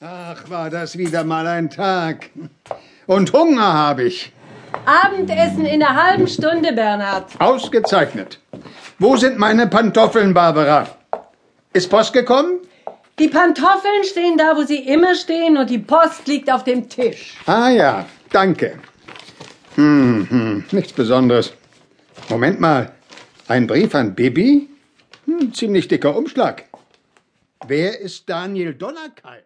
Ach, war das wieder mal ein Tag. Und Hunger habe ich. Abendessen in einer halben Stunde, Bernhard. Ausgezeichnet. Wo sind meine Pantoffeln, Barbara? Ist Post gekommen? Die Pantoffeln stehen da, wo sie immer stehen, und die Post liegt auf dem Tisch. Ah ja, danke. Hm, hm, nichts Besonderes. Moment mal. Ein Brief an Bibi? Hm, ziemlich dicker Umschlag. Wer ist Daniel Donnerkeil?